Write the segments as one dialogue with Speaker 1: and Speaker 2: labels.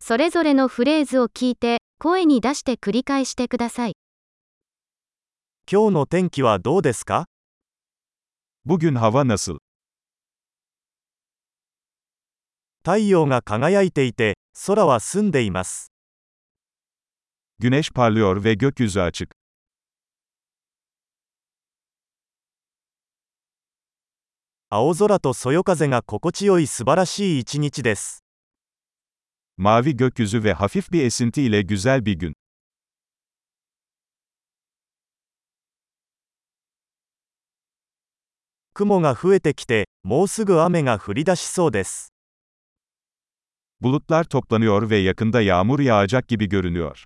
Speaker 1: それぞれのフレーズを聞いて、声に出して繰り返してください。
Speaker 2: 今日の天気はどうですか
Speaker 3: Bugün hava nasıl?
Speaker 2: 太陽が輝いていて、空は澄んでいます。
Speaker 3: Güneş parlıyor ve gökyüzü açık.
Speaker 2: 青空とそよ風が心地よい素晴らしい一日です。
Speaker 3: Mavi gökyüzü ve hafif bir esinti ile güzel bir gün.
Speaker 2: 雲が増えてきて、もうすぐ雨が降り出しそうです。
Speaker 3: Bulutlar toplanıyor ve yakında yağmur yağacak gibi görünüyor.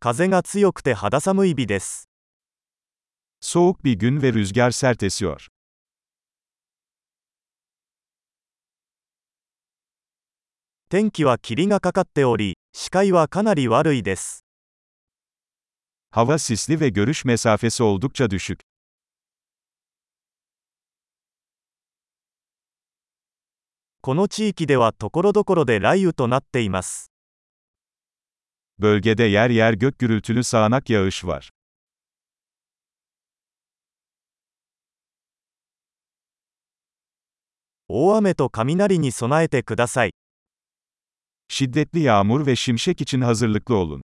Speaker 2: 風が強くて肌寒い日です。
Speaker 3: Soğuk bir gün ve rüzgar sert esiyor.
Speaker 2: 天気は霧がかかっており、視界はかなり悪いです。
Speaker 3: Hava sisli ve görüş mesafesi oldukça düşük.
Speaker 2: この地域ではところどころで雷雨となっています。
Speaker 3: Bölgede yer yer gök gürültülü sağanak yağış var.
Speaker 2: 大雨と雷に備えてください。
Speaker 3: Şiddetli yağmur ve şimşek için hazırlıklı olun.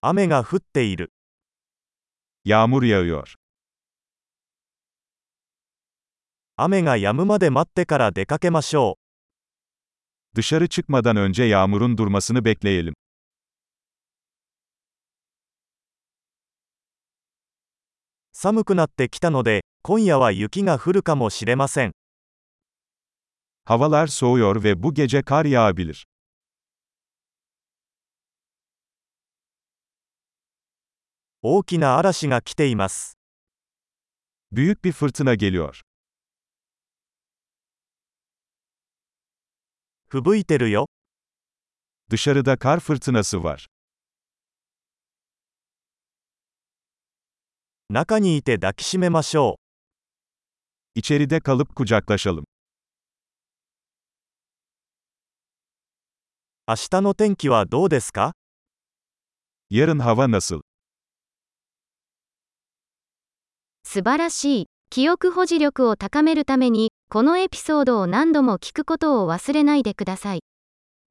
Speaker 2: 雨が降っている。
Speaker 3: Yağmur yağıyor.
Speaker 2: 雨が止むまで待ってから出かけましょう。
Speaker 3: Dışarı çıkmadan önce yağmurun durmasını bekleyelim.
Speaker 2: 寒くなってきたので、今夜は雪が降るかもしれません。
Speaker 3: Havalar soğuyor ve bu gece kar yağabilir.
Speaker 2: 大きな嵐が来ています。
Speaker 3: Büyük bir fırtına geliyor.
Speaker 2: 吹雪いてるよ。
Speaker 3: Dışarıda kar fırtınası var.
Speaker 2: 中にいて抱きしめましょう。
Speaker 3: İçeride kalıp kucaklaşalım.
Speaker 2: 明日の天気はどうですか
Speaker 3: Yarın hava nasıl?
Speaker 1: 素晴らしい。記憶保持力を高めるために、このエピソードを何度も聞くことを忘れないでください。